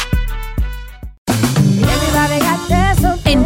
En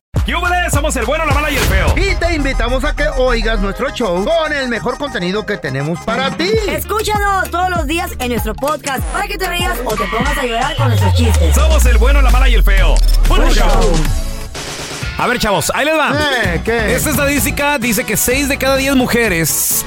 ¡Yúbele! Somos el bueno, la mala y el feo. Y te invitamos a que oigas nuestro show con el mejor contenido que tenemos para ti. Escúchanos todos los días en nuestro podcast para que te rías o te pongas a llorar con nuestros chistes. Somos el bueno, la mala y el feo. ¡Puro show! A ver, chavos, ahí les va. Eh, ¿qué? Esta estadística dice que 6 de cada 10 mujeres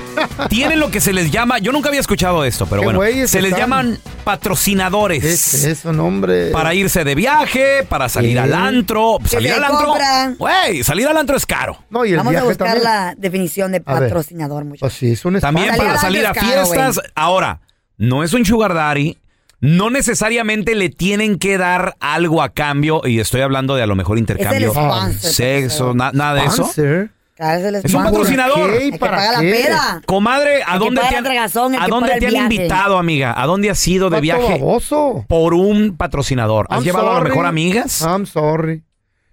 tienen lo que se les llama. Yo nunca había escuchado esto, pero Qué bueno. güeyes Se les están. llaman patrocinadores. ¿Qué es eso, nombre? Para irse de viaje, para salir Sí. al antro. Salir se al antro. compran. Güey, salir al antro es caro. No, y el Vamos a viaje buscar también. la definición de A ver. patrocinador, muchachos. Pues sí, es un spa. También Salir para al salir a antro es caro, fiestas. Ahora, no es un sugar daddy. No necesariamente le tienen que dar algo a cambio. Y estoy hablando de a lo mejor Pues, Es el Ah, intercambio. sponsor. Sexo, na- nada de eso. Sponsor. Claro, es el Es un sponsor. patrocinador. ¿Por qué? El que paga la ¿Para qué? peda. Comadre, ¿a que dónde paga te el han, tragazón, el ¿a que dónde paga el te han viaje? invitado, amiga? ¿A dónde has ido de Vato viaje? baboso. Por un patrocinador. ¿Has I'm llevado a lo sorry. mejor amigas? Ah, I'm sorry.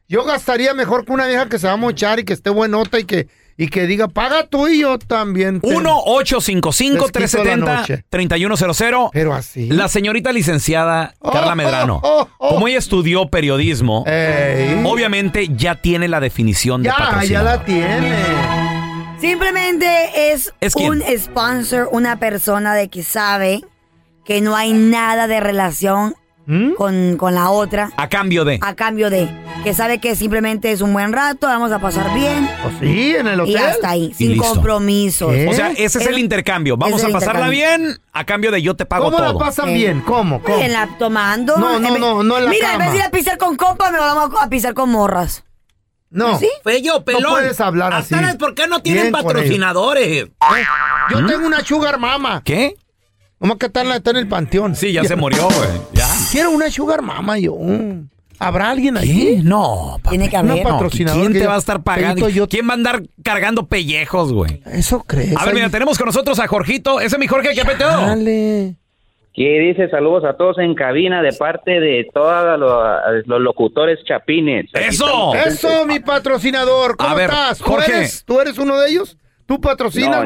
Yo gastaría mejor que una vieja que se va a mochar y que esté buenota y que, y que diga, paga tú y yo también. te-". 1-855-370-3100. Pero así. La señorita licenciada Oh, Carla Medrano, oh, oh, oh. como ella estudió periodismo, Ey. obviamente ya tiene la definición de ya, ya patrocinador. la tiene. Simplemente es, ¿Es quién? un sponsor, una persona de que sabe que no hay nada de relación ¿Mm? con, con la otra A cambio de... a cambio de que sabe que simplemente es un buen rato, vamos a pasar bien Pues sí, en el y hotel. hasta ahí, sin listo. compromisos. ¿Qué? O sea, ese es Es- el intercambio. Vamos es a el pasarla bien, a cambio de yo te pago ¿Cómo la todo. pasan Ey. bien? ¿Cómo? ¿Cómo? Oye, en la, tomando. No, no, en vez- no, no en la Mira, en vez de cama. ir a pisar con copas, me lo vamos a pisar con morras. No. ¿Sí? Fello, pelón. puedes hablar así. Astaras, ¿por qué no tienen Bien con ellos. patrocinadores? Yo tengo una sugar mama. ¿Mm? ¿Qué? Vamos a catarla, está en el panteón. Ah, Sí, ya se murió, güey. Ya. Quiero una sugar mama yo. ¿Habrá alguien ahí? ¿Qué? No, papi. Tiene que No, haber. pa- No, patrocinador ¿Quién que te yo- va a estar pagando? Pedrito, yo- ¿Quién va a andar cargando pellejos, güey? ¿Eso crees? A ver, mira, tenemos con nosotros a Jorgito. Ese es mi Jorge, ¿qué peteo? Dale. que dice saludos a todos en cabina de parte de todos los, los locutores chapines. Aquí ¡Eso! estamos presentes. Eso, mi patrocinador. ¿Cómo Oh. A ver, estás? ¿Tú Jorge. eres, ¿Tú eres uno de ellos? ¿Tú No, patrocinas,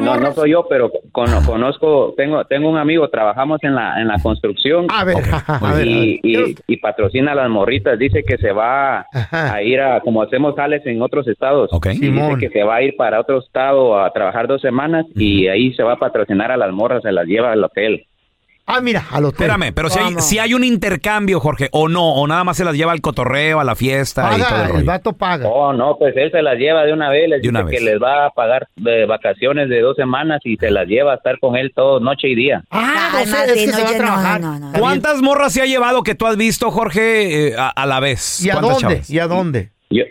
no, no morros? soy yo, pero cono- conozco, tengo, tengo un amigo, trabajamos en la, en la construcción A ver, a ver, a ver. y, Quiero- y- y patrocina a las morritas. Dice que se va Ajá. a ir a, como hacemos sales en otros estados. Ok. Y Simón. Dice que se va a ir para otro estado a trabajar dos semanas y ahí se va a patrocinar a las morras, se las lleva al hotel. Ah, mira, al hotel. Espérame, pero si hay, Vamos. si hay un intercambio, Jorge, o no, o nada más se las lleva al cotorreo, a la fiesta y todo Paga, el el, rollo. vato paga. No, no, pues él se las lleva de una vez, les De una dice vez. que les va a pagar de vacaciones de dos semanas y se las lleva a estar con él todo noche y día. Ah, no sé, Cálmate, es que no, se va a yo- no, trabajar. no, no, no. ¿Cuántas morras se ha llevado que tú has visto, Jorge, eh, a, a la vez? ¿Y a ¿Cuántas dónde? chavas? ¿Y a dónde? Yo,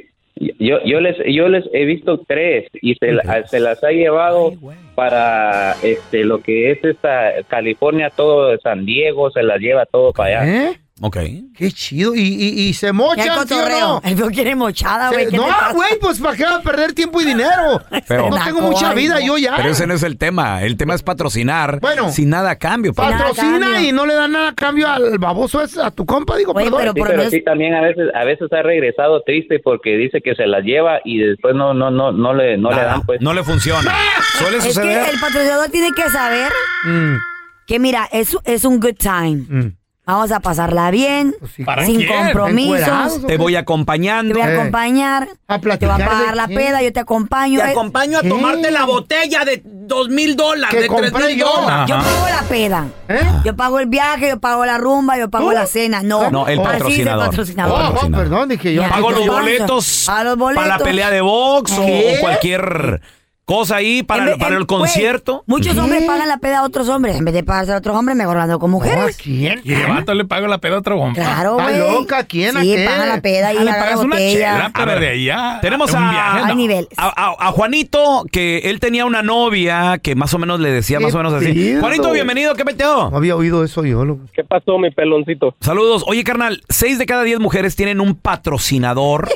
yo, yo les, yo les he visto tres y se, la- se las ha llevado para este lo que es esta California, todo San Diego, se las lleva todo para allá. ¿Eh? Ok. Qué chido. ¿Y, y, y se Ya el mochan, ¿sí o cotorreo. no? El feo quiere mochada, Se- güey. ¿qué te no, pasa? güey, pues para qué va a perder tiempo y dinero. Pero- no tengo mucha Ay, vida no. yo ya. Pero ese no es el tema. El tema es patrocinar Bueno. sin nada a cambio. pues. papi. Nada, Patrocina cambio. y no le da nada a cambio al baboso ese, a tu compa, digo, Güey, perdón. pero Sí, por lo pero menos- sí también a veces a veces ha regresado triste porque dice que se las lleva y después no no no no le no le Nada, dan pues no le funciona. Suele Es suceder. que el patrocinador tiene que saber Mm, que, mira, es, es un good time. mm. Pues Vamos a pasarla bien, sin compromisos. Te voy acompañando. Te voy Eh. a acompañar. te voy a pagar la peda, yo te acompaño. Te Eh, acompaño a tomarte la botella de dos mil dólares, Que de tres compré mil yo. dólares. Yo pago la peda. Eh. Yo pago el viaje, yo pago la rumba, yo pago la cena. No, No, el Así dice patrocinador. el patrocinador. El patrocinador. Oh, perdón, dije yo. Ya, Pago yo los pago. boletos, A los boletos. para la pelea de box o- ¿Qué? o cualquier cosa ahí para, En vez- el- para en- el güey, concierto. Muchos hombres pagan la peda a otros hombres. En vez de pagarse a otros hombres, mejor hablando con mujeres. ¿Quién? ¿Eh? Y el vato le pago la peda a otro bomba. Claro, güey. ¿Quién? Sí, pagan la peda y Ah, le la pagas una botella. chela, pero de allá. Tenemos un a, viaje, Hay no. niveles. a, a- a Juanito, que él tenía una novia que más o menos le decía Qué más o menos así. pedo. Juanito, bienvenido, ¿qué peteo? No había oído eso yo. loco. ¿Qué pasó, mi peloncito? Saludos. Oye, carnal, seis de cada diez mujeres tienen un patrocinador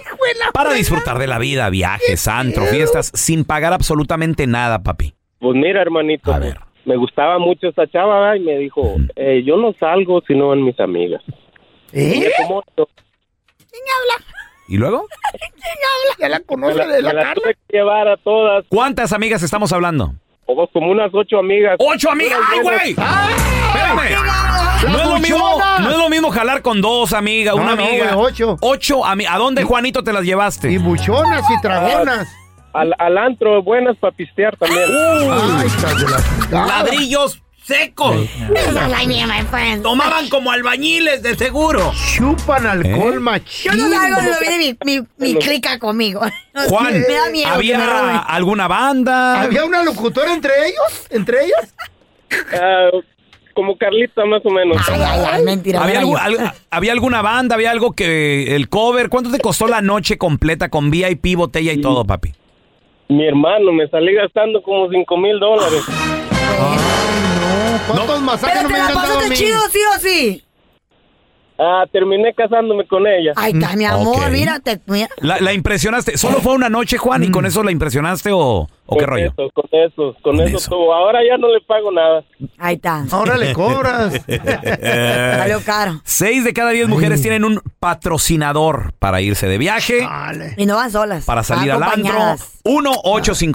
para disfrutar de la vida, viajes, antro, fiestas, sin pagar absolutamente nada, papi. Pues mira, hermanito. A ver. Me gustaba mucho esta chava ¿verdad? y me dijo, eh, yo no salgo si no en mis amigas. ¿Eh? Dije, ¿cómo? ¿Y luego? Ya la Me conoce la- de me la las cara. tuve que llevar a todas, ¿Cuántas amigas estamos hablando? o como unas ocho amigas. Oh. ¡Ocho amigas! ¡Ay, güey! Espérame. No es, lo mismo, buchona! no es lo mismo jalar con dos amigas, No, una no, amiga. güey, ocho. Ocho ami- ¿A dónde, Juanito, te las llevaste? Y buchonas y dragonas. Al, al antro, buenas para pistear también. Uh, Ay, hija Ah, de la- ¡Ladrillos secos! Tomaban como albañiles, de seguro. Chupan alcohol ¿Eh? machín. Yo no salgo si no viene mi, mi, mi clica conmigo. No sé, Juan, me da miedo que me roben. ¿había alguna banda? ¿Había una locutora entre ellos? ¿Entre ellas? Ah, como Carlita, más o menos. Ay, ay, ay, mentira. ¿Había, no algu- era yo. al- había alguna banda? ¿Había algo que el cover? ¿Cuánto te costó la noche completa con VIP, botella y todo, papi? Mi hermano, me salí gastando como cinco mil dólares. No, ¿cuántos masacres Pero no te me la han dado a pasaste mí? chido, sí o sí. Ah, terminé casándome con ella. Ahí está, mi amor, ok. mírate. Mira. La, la impresionaste. ¿Solo fue una noche, Juan, y con eso la impresionaste o, o Pues qué con rollo? Eso, con eso, con, Con eso, eso. todo. Ahora ya no le pago nada. Ahí está. Ahora le cobras. Salió caro. Seis de cada diez mujeres tienen un patrocinador para irse de viaje, Dale. Y no van solas. para salir van al antro. acompañadas.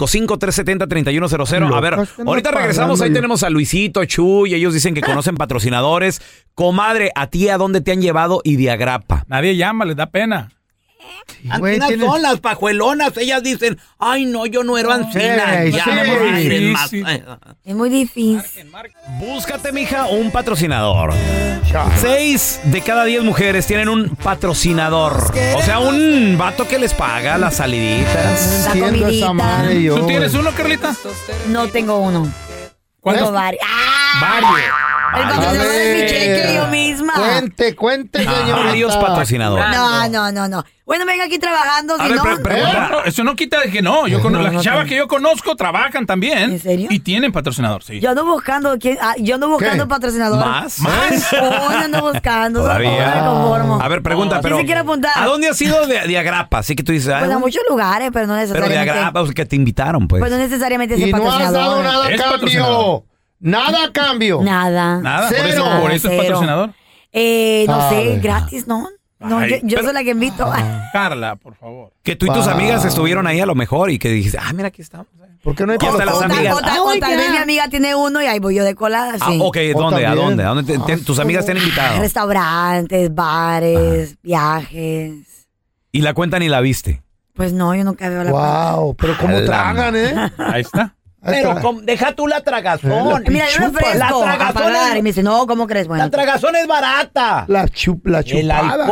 1-855-370-3100. A ver, Locas que ando ahorita regresamos. pagando Ahí yo. tenemos a Luisito, Chuy. Ellos dicen que conocen patrocinadores. Comadre, ¿a ti a dónde te han llevado y de agrapa? Nadie llama, les da pena. Güey, tienes- las pajuelonas. Ellas dicen, ay, no, yo no era Ey, sí. Sí, más. sí. Es muy difícil. Búscate, mija, un patrocinador. Seis de cada diez mujeres tienen un patrocinador. O sea, un vato que les paga las saliditas. La Siendo esa comidita. madre yo. ¿Tú tienes uno, Carlita? No tengo uno. Tengo ¿Cuántos? varios. ¡Ah! Varios. El A patrocinador es mi ver. cheque yo misma. Cuente, cuente, señorita. Ah, Varios patrocinadores. No, no, no, no. Bueno, me vengo aquí trabajando, A si ver, no. pre- pregunta. No, Eso no quita de que no. Yo conozco, las chavas que yo conozco trabajan también. ¿En serio? Y tienen patrocinador, sí. Yo ando buscando, quién- ah, yo ando buscando ¿Qué? patrocinador. ¿Más? ¿Más? Oh, yo ando buscando. Todavía. No me conformo. A ver, pregunta, Sí pero. se quiere apuntar. ¿A dónde has ido de, de agrapa? Así que tú dices, ay, Pues a muchos lugares, pero no pero de necesariamente. agrapa, o sea, que te invitaron, pues. pues no necesariamente es el Y no has patrocinador. dado nada a Es patrocinador. cambio. Nada a cambio. Nada. Nada, por Cero. eso, por eso es Cero. patrocinador. Eh, no Sabe. sé, gratis, ¿no? No, Ay, yo, yo pero- Ah. soy la que invito. Carla, por favor. Que tú y tus amigas estuvieron ahí a lo mejor y que dijiste, ah, mira, aquí estamos. ¿Por qué no hay Ya está O, las tal- patrocinador? amigas. o tal- o tal vez mi amiga tiene uno y ahí voy yo de colada. Ah, sí. Ah, ok, O ¿dónde? ¿A también. dónde? ¿A dónde te- te- tus amigas te han invitado? Restaurantes, bares, viajes. Y la cuenta ni la viste. Pues no, yo nunca veo la cuenta. Wow, pero cómo Ala. tragan, ¿eh? Ahí está. Ahí está. deja tú la La tragazón. pi- Mira, yo le Chupa. ofrezco La a tragazón pagar. es- Y me dice, no, ¿cómo crees? Bueno, tragazón es barata. La, chup, la chupada.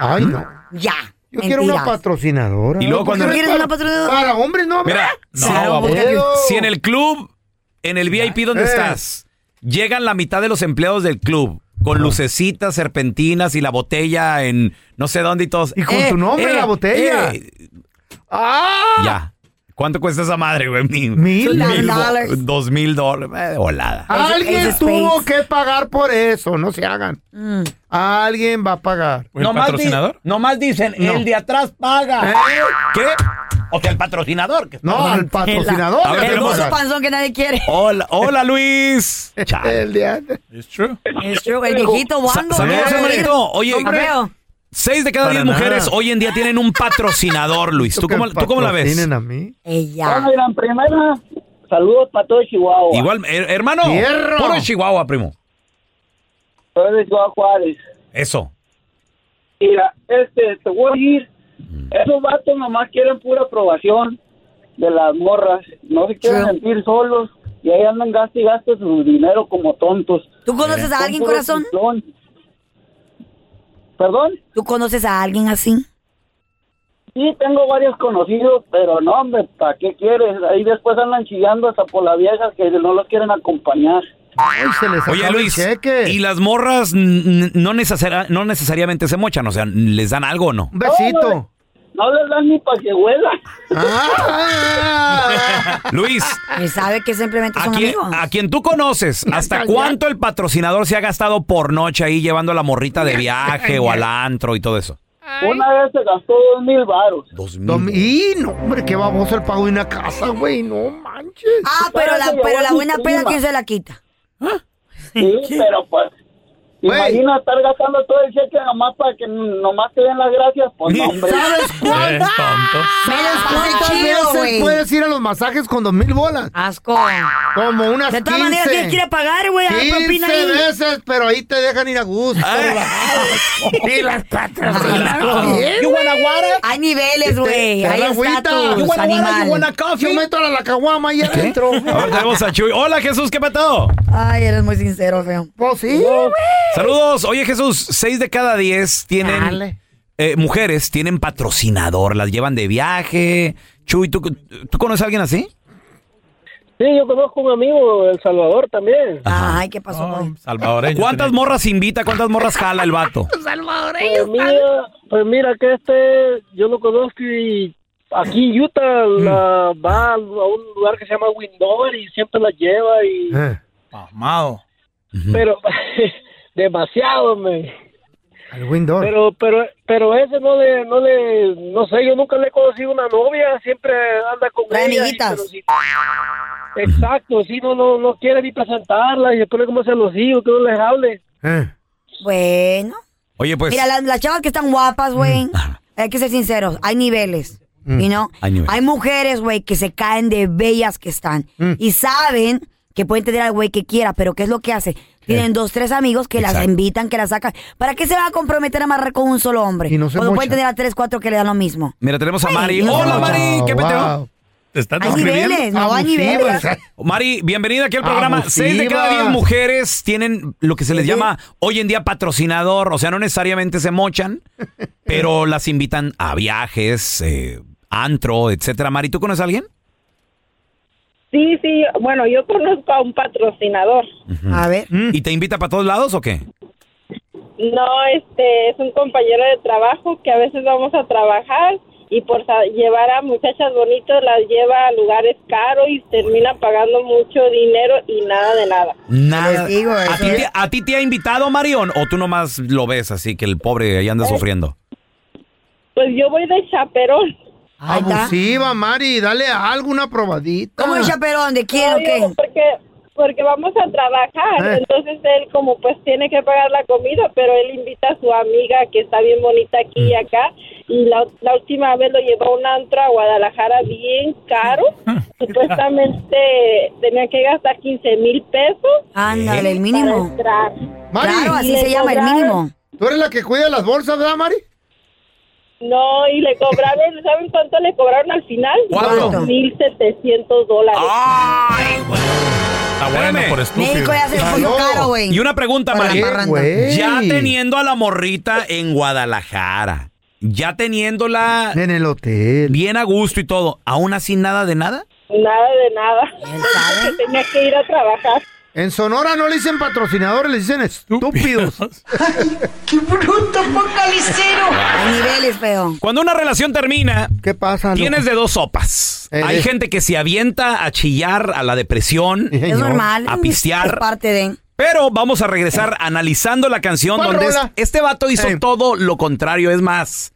Ay, no. pues, ya. Yo quiero una mentiras. patrocinadora. Y luego ¿Por qué cuando- no es ¿Quieres para- una patrocinadora? Para hombres no, Mira, No, si- Claro, baboso. Pero- si en el club, en el VIP donde Eh. estás, llegan la mitad de los empleados del club con lucecitas, serpentinas y la botella en no sé dónde y todos. "Eh, Y con tu nombre la botella. ¡Ah! ya. ¿Cuánto cuesta esa madre, güey? Ni- Mil do- dólares. Dos mil dólares. Eh, de volada. Ese- Alguien ese tuvo space. que pagar por eso, no se hagan. Mm. Alguien va a pagar. ¿O ¿El patrocinador? nomás dicen, el de atrás paga. ¿Qué? O sea, el patrocinador. ¿Eh? No, al patrocinador. A le va a ver, El tenemos gozo pagar. panzón que nadie quiere. Hola, hola Luis. Chale. El día de- It's true. Es true, el viejito guango. Saludos, Eh, hermanito. Oye, No creo. Seis de cada Para diez nada. mujeres hoy en día tienen un patrocinador, Luis. ¿Tú que cómo, tú cómo la ves? patrocinen a mí. Ah. Ella. en primera, saludos para todo Chihuahua. Igual, her- hermano, Fierro. puro Chihuahua, primo. Soy de Ciudad Juárez. Eso. Mira, este, te voy a ir. Eh. Esos vatos nomás quieren pura aprobación de las morras. No se quieren sentir solos y ahí andan gasto y gasto su dinero como tontos. ¿Tú conoces a Son alguien, puros corazón? chiflón. ¿Perdón? ¿Tú conoces a alguien así? Sí, tengo varios conocidos, pero no, hombre, ¿para qué quieres? Ahí después andan chillando hasta por las viejas que no los quieren acompañar. Oye, Luis, ¿y las morras n- n- no, necesari- no necesariamente se mochan? O sea, ¿les dan algo o no? Ah. besito. No, les dan ni para que huela. Ah. Luis, Él sabe que simplemente a son quien, amigos. a quien tú conoces, ¿hasta cuánto el patrocinador se ha gastado por noche ahí llevando a la morrita de viaje o al antro y todo eso? Una vez se gastó dos mil varos. Dos Y no, hombre, qué baboso el pago de una casa, güey, no manches. Ah, pero la, pero la buena peda, ¿quién se la quita? Sí, pero pues... Imagina estar gastando todo el cheque nomás para que nomás te den las gracias, pues no, hombre. ¿Sabes Eh, cuánto? Ah, ¿Cuántas veces puedes ir a los masajes con dos mil bolas? Asco. Como unas De todas maneras, 15. tienes que ir a pagar, güey, a dar propina 15 ahí. veces, pero ahí te dejan ir a gusto. Eh, y las patrocinadoras. Bien, You güey. Ah, Hay niveles, Este, Te güey. dan Hay agüita. You estatus, wanna water, you animal. wanna coffee. Yo meto a la caguama ahí adentro. Ahora tenemos a Chuy. Hola, Jesús, ¿qué patado? Ay, eres muy sincero, feo. Pues sí, Oh, güey. Saludos. Oye, Jesús, seis de cada diez tienen... Dale. eh, mujeres tienen patrocinador, las llevan de viaje. Chuy, ¿tú, ¿tú conoces a alguien así? Sí, yo conozco un amigo, El Salvador también. Ay, ¿qué pasó, Ah. güey? Salvadoreño. ¿Cuántas morras invita? ¿Cuántas morras jala el vato? Pues mira, pues mira que este yo lo conozco y aquí en Utah la- va a un lugar que se llama Windover y siempre la lleva y Eh, Amado. pero demasiado me Al window. pero pero pero ese no le no le no sé yo nunca le he conocido una novia siempre anda con Trae ella y- amiguitas. pero sí- exacto sí no no no quiere ni presentarla y después como se los hijos que no les hable Eh. Bueno. Oye, pues... Mira, las, las chavas que están guapas, güey. Mm, Hay que ser sinceros. Hay niveles. ¿y no? Hay niveles. mujeres, güey, que se caen de bellas que están. Mm. Y saben que pueden tener al güey que quiera, pero ¿qué es lo que hace? Tienen dos, tres amigos que las Exacto. invitan, que las sacan. ¿Para qué se van a comprometer a amarrar con un solo hombre? Y no se Cuando mocha. pueden tener a tres, cuatro que le dan lo mismo. Mira, tenemos a Mari. Ay, Hola, no. Mari. ¿Qué Wow, peteo? Oh, wow. ¿Te están Hay describiendo? niveles, no hay niveles. Abusivas. Mari, bienvenida Ah, aquí al programa. Abusivas. Seis de cada diez mujeres tienen lo que se les llama hoy en día patrocinador. O sea, no necesariamente se mochan, pero las invitan a viajes, eh, antro, etcétera. Mari, ¿tú conoces a alguien? Sí, sí, bueno, yo conozco a un patrocinador. A ver. ¿Y te invita para todos lados o qué? No, este es un compañero de trabajo que a veces vamos a trabajar y por sa- llevar a muchachas bonitas las lleva a lugares caros y termina pagando mucho dinero y nada de nada. Nada. Les digo, ¿A eso ¿eh? ti, es- te, a ti te ha invitado, Mari, o, o tú nomás lo ves así, que el pobre ahí Eh. anda sufriendo? Pues yo voy de chaperón. Ahí está. Abusiva, Mari, dale algo, una probadita. ¿Cómo es chaperón? ¿De quién o Oye, qué? Porque porque vamos a trabajar, Eh. entonces él como pues tiene que pagar la comida, pero él invita a su amiga que está bien bonita aquí y Mm. acá y la, la última vez lo llevó a un antro a Guadalajara bien caro, Ah, supuestamente tenía que gastar 15 mil pesos Ándale, el para mínimo. entrar. Mari, Claro, así Le se llama, el cobraron- mínimo. tú eres la que cuida las bolsas, ¿verdad, Mari? No, y le cobraron, ¿saben cuánto le cobraron al final? ¿Cuánto? 1.700 Eh. dólares. Ah. ¡Ay, güey! Está Ah, bueno Espérame. por estúpido. México ya se puso Claro. caro, güey. Y una pregunta, Para Mari. la parranda. güey? Ya teniendo a la morrita en Guadalajara, ya teniéndola En el hotel. bien a gusto y todo, aún así nada de nada. Nada de nada. Él sabe. Que tenía que ir a trabajar. En Sonora no le dicen patrocinadores, le dicen estúpidos. Hay niveles, feo. Cuando una relación termina, ¿Qué pasa? loco? tienes de dos sopas. Ah, Eh, Hay eh. gente que se avienta a chillar, a la depresión. Sí, Es señor. normal. A pistear. Es parte de. Pero vamos a regresar analizando la canción ¿Cuál donde es- rola? este vato hizo Eh. todo lo contrario. Es más,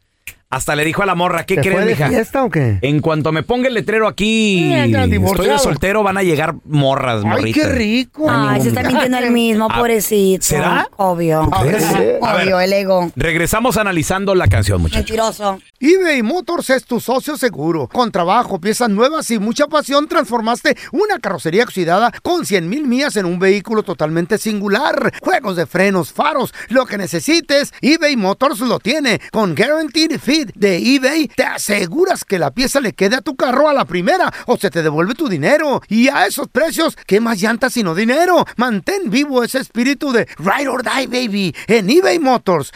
Hasta le dijo a la morra, ¿qué ¿Te fue crees, de mija? fiesta o qué? En cuanto me ponga el letrero aquí, Eh, ya, estoy divorciado. de soltero, van a llegar morras, Ay, morritas. qué rico. Ay, Ah, se está mintiendo el mismo, Ah, pobrecito. ¿será? Obvio. A ver. Obvio, el ego. Regresamos analizando la canción, muchachos. Mentiroso. eBay Motors es tu socio seguro. Con trabajo, piezas nuevas y mucha pasión, transformaste una carrocería oxidada con 100 mil millas en un vehículo totalmente singular. Juegos de frenos, faros, lo que necesites, eBay Motors lo tiene. Con Guaranteed Fit de eBay, te aseguras que la pieza le quede a tu carro a la primera o se te devuelve tu dinero. Y a esos precios, ¿qué más llantas sino dinero? Mantén vivo ese espíritu de Ride or Die, baby, en eBay Motors.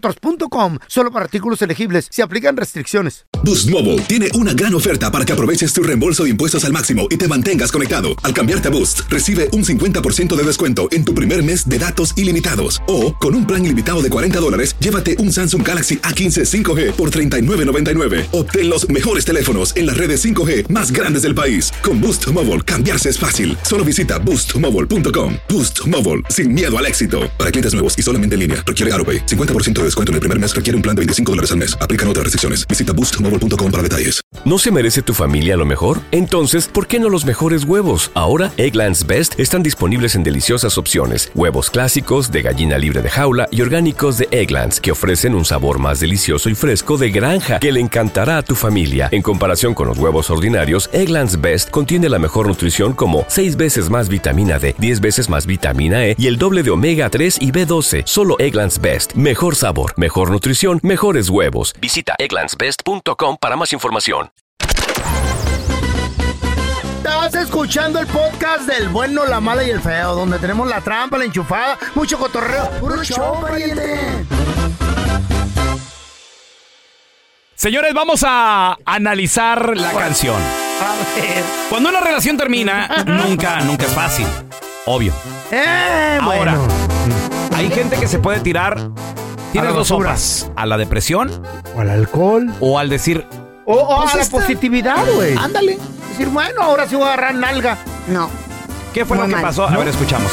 ebaymotors.com. Solo para artículos elegibles. Se aplican restricciones. Boost Mobile tiene una gran oferta para que aproveches tu reembolso de impuestos al máximo y te mantengas conectado. Al cambiarte a Boost, recibe un 50% de descuento en tu primer mes de datos ilimitados. O, con un plan ilimitado de 40 dólares, llévate un Samsung Galaxy A15 5G por $39.99. Obtén los mejores teléfonos en las redes 5G más grandes del país. Con Boost Mobile, cambiarse es fácil. Solo visita boostmobile.com. Boost Mobile, sin miedo al éxito. Para clientes nuevos y solamente en línea, requiere AroPay. 50% de descuento en el primer mes requiere un plan de 25 dólares al mes. Aplican otras restricciones. Visita boostmobile.com para detalles. ¿No se merece tu familia lo mejor? Entonces, ¿por qué no los mejores huevos? Ahora, Egglands Best están disponibles en deliciosas opciones. Huevos clásicos, de gallina libre de jaula y orgánicos de Egglands, que ofrecen un sabor más delicioso y fresco de granja que le encantará a tu familia. En comparación con los huevos ordinarios, Egglands Best contiene la mejor nutrición como 6 veces más vitamina D, 10 veces más vitamina E y el doble de omega 3 y B12. Solo Egglands Best. Mejor sabor, mejor nutrición, mejores huevos. Visita egglandsbest.com para más información. Estás escuchando el podcast del bueno, la mala y el feo, donde tenemos la trampa, la enchufada, mucho cotorreo. ¡Puro show, Señores, vamos a analizar la canción. Cuando una relación termina, nunca, nunca es fácil. Obvio. Eh, Ahora, hay gente que se puede tirar. Tienes dos basura. sopas. A la depresión. O al alcohol. O al decir. O, o Pues a la esta- positividad, güey. Ándale. Decir, bueno, ahora sí voy a agarrar nalga. No. ¿Qué fue lo Muy que mal. pasó? A ver, escuchamos.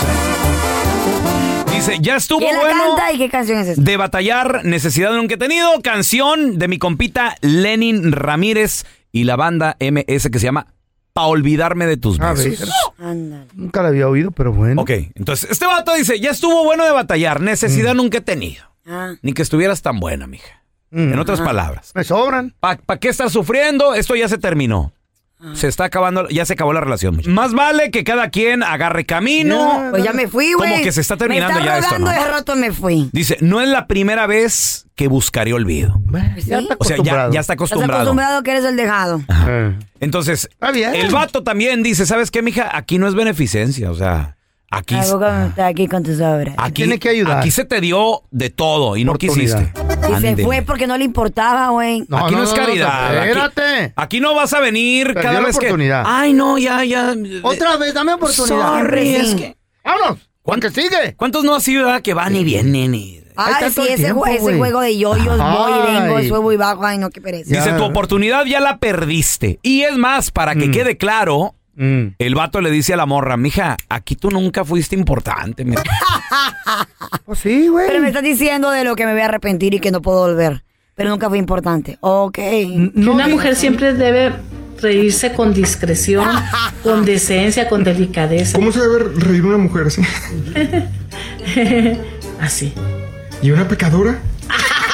Dice, ya estuvo ¿Quién la bueno. canta y qué canción es esta? De batallar, necesidad nunca he tenido. Canción de mi compita Lenin Ramírez y la banda MS que se llama Pa' olvidarme de tus A ver. besos. Ándale. Nunca la había oído, pero bueno. Ok, entonces este vato dice, ya estuvo bueno de batallar, necesidad nunca he tenido. Ah. Ni que estuvieras tan buena, mija. En otras palabras, Me sobran. ¿para qué estar sufriendo? Esto ya se terminó. Ah. Se está acabando, ya se acabó la relación. muchachos. Más vale que cada quien agarre camino. Pues ya me fui, Como güey. que se está terminando me está ya esto, rogando ¿no? y al rato me fui. Dice, no es la primera vez que buscaré olvido. Pues Ya sí. está O sea, ya, acostumbrado. ya está Estás acostumbrado. acostumbrado Eh. que eres el dejado. Eh. Entonces, Está bien. el vato también dice, ¿sabes qué, mija? Aquí no es beneficencia, o sea, aquí... Ah, Algo que está aquí con tus obras. Aquí, Tiene que ayudar. aquí se te dio de todo y no Oportunidad. quisiste. Y se Ándele. fue porque no le importaba, güey. No, aquí no, no, es no, no, caridad. aquí- espérate. Aquí, no vas a venir Perdió cada la vez que. oportunidad. Ay, no, ya, ya. Otra vez, dame oportunidad. Sorry, Siempre es sí. que. ¡Vámonos! ¿Cuál que ¿Cuánto- sigue? ¿Cuántos no ha sido ¿verdad? que van y vienen? y- Ahí está Ay, sí, todo el ese, tiempo, jue- ese güey. juego de yoyos, voy y vengo, Ay. subo y bajo. Ay, no, qué pereza. Ya. Dice, tu oportunidad ya la perdiste. Y es más, para que quede claro, Mm. el vato le dice a la morra, mija, aquí tú nunca fuiste importante. mija". Pues sí, güey. Pero me estás diciendo de lo que me voy a arrepentir y que no puedo volver. Pero nunca fue importante. Ok. No, Una di- mujer siempre debe reírse con discreción, con decencia, con delicadeza. ¿Cómo se debe reír una mujer así? Así. ¿Y una pecadora?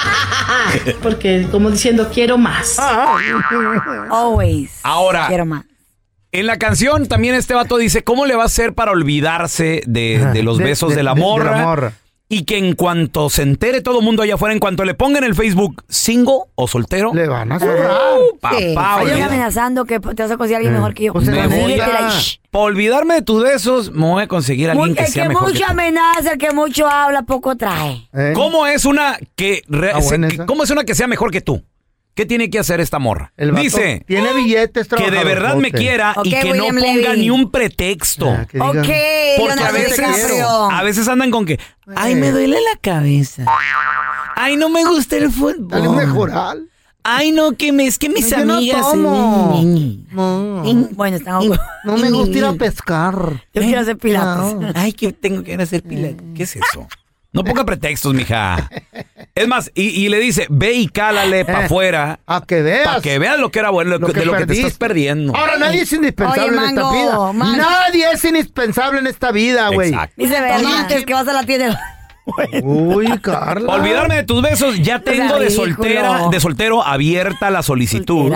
Porque como diciendo, quiero más. Always. Ahora, Quiero más. en la canción también este vato dice, ¿cómo le va a hacer para olvidarse de, de los De- besos de- de, la de- de la morra? morra. Y que en cuanto se entere todo el mundo allá afuera, en cuanto le pongan en el Facebook single o soltero, Le van a sobrar. Uh, papá, Sí. Ahí olvida- amenazando que te vas a conseguir a alguien Eh, mejor que yo. pues me voy Olvídate a- la- Shh. Por olvidarme de tus besos, me voy a conseguir a alguien Muy- que el sea que mejor. mucho que tú. amenaza, el que mucho habla, poco trae. Eh. ¿Cómo es una que, re- Ah, se- buena que- esa. cómo es una que sea mejor que tú? ¿Qué tiene que hacer esta morra? El vato Dice tiene billetes que de trabajador, verdad me note. quiera y Ok, que William no ponga Levy. ni un pretexto. Ah, que digan, Ok, Porque a Leonardo veces, DiCaprio. Ah. a veces andan con que, ay, me duele la cabeza. Ay, no me gusta el fútbol. Dale un mejoral. Ay, no, que me, es que mis Yo no amigas. tomo. Bueno, están ocu- No me gusta ir a pescar. Yo quiero hacer pilates. Eh. Ay, que tengo que ir a hacer pilates. ¿Qué es eso? No ponga pretextos, mija. Es más, y, y le dice, ve y cálale para afuera. A que Eh. veas. Para que veas lo que era bueno, lo que- que de lo que te perdiste. estás perdiendo. Ahora nadie es indispensable Oye, en esta Mango, vida. Mango. Nadie es indispensable en esta vida, güey. Exacto. Dice antes que vas a la tienda. Uy, Carla. Olvidarme de tus besos, ya tengo de ridículo. soltera, de soltero abierta la solicitud.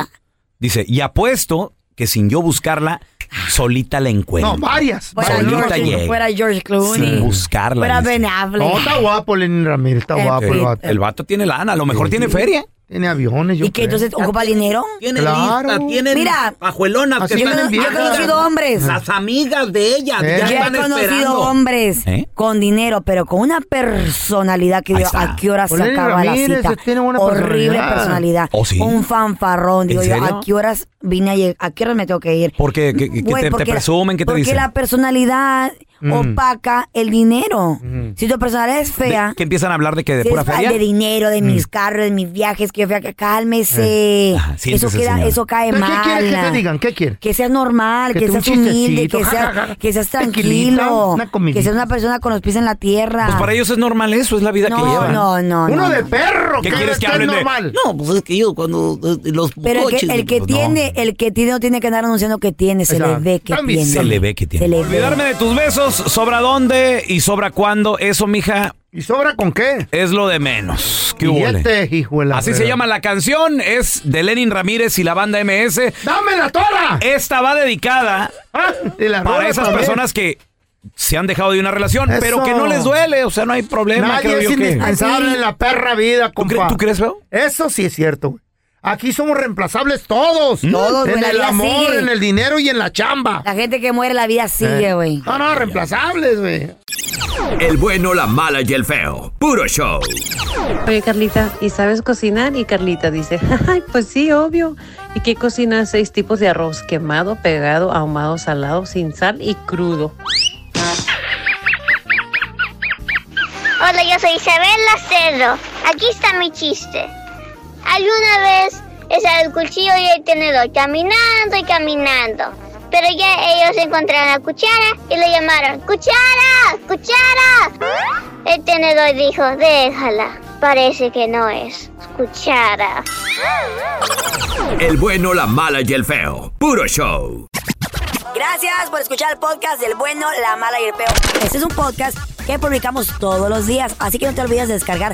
Dice, y apuesto que sin yo buscarla, solita la encuentro. No, varias. Fuera Solita George, llega. fuera George Sin Clooney. buscarla. Fuera dice. Ben Affleck. No, Eh, está guapo Lenin Ramírez, está El guapo el Pete. vato. El vato tiene lana, a lo mejor tiene feria. Tiene aviones, yo y que creo. entonces ocupa dinero. Tiene Claro. lista, tiene Mira, pajuelonas que Así están yo, en yo he viejas. conocido hombres. Las amigas de ella Eh. Yo he conocido hombres ¿Eh? con dinero, pero con una personalidad que Ahí digo, está. ¿a qué hora se Olé acaba la Ramírez, cita? tiene buena Horrible personalidad. personalidad. ¿Oh, sí? Un fanfarrón. Digo ¿En yo, serio? ¿a qué horas vine a llegar? ¿A qué horas me tengo que ir? Porque que, que Güey, te, te porque la- presumen, que te porque dicen. la personalidad Mm. opaca el dinero. Si tu personalidad es fea, De- que empiezan a hablar de que de si pura es fa- feria. Mm. de dinero, de mis carros, de mis viajes, que yo fui a- Cálmese. Ajá, eso, siéntese, queda, señora. eso cae ¿Qué mal. quieres que te digan? ¿Qué quieres? Que seas normal, Que que, te seas un humilde, chistecito, que ja, ja, ja. seas, que seas Tequilita, tranquilo, una comidita. que seas una persona con los pies en la tierra. Pues para ellos es normal eso, es la vida que no, llevan. no, no, Uno no, de no. perro, ¿Qué que quieres que es hablen de- normal. No, pues es que yo cuando eh, los Pero el que, coches- el que pues no. tiene, el que tiene no tiene que andar anunciando que tiene, se Exacto. le ve que También tiene. se le ve que tiene. Se le ve. Olvidarme de tus besos, sobra dónde y sobra cuándo, eso, mija, ¿Y sobra con qué? es lo de menos. ¿Qué hubo, le? Billete, este hijo de la Así se fregada. llama la canción, es de Lenin Ramírez y la banda MS. ¡Dame la tora! Esta va dedicada Ah, y la para rola esas también. personas que se han dejado de una relación, Eso. pero que no les duele, o sea, no hay problema. eh, creo Nadie yo es que- indispensable en la perra vida, ¿Tú, cre- compa. tú crees, feo? Eso sí es cierto, güey. Aquí somos reemplazables todos. Mm. Todos, güey, En la el vida amor, sigue. en el dinero y en la chamba. La gente que muere, la vida sigue, güey. No, no, reemplazables, güey. El bueno, la mala y el feo. Puro show. Oye, Carlita, ¿y sabes cocinar? Y Carlita dice, ay, pues sí, obvio. ¿Y qué cocinas? Seis tipos de arroz, quemado, pegado, ahumado, salado, sin sal y crudo. Hola, yo soy Isabel Lacerdo. Aquí está mi chiste. Alguna vez estaba el cuchillo y el tenedor caminando y caminando. Pero ya ellos encontraron la cuchara y le llamaron, ¡Cuchara! ¡Cuchara! El tenedor dijo, déjala. Parece que no es cuchara. El bueno, la mala y el feo. Puro show. Gracias por escuchar el podcast del bueno, la mala y el peo. Este es un podcast que publicamos todos los días, así que no te olvides de descargar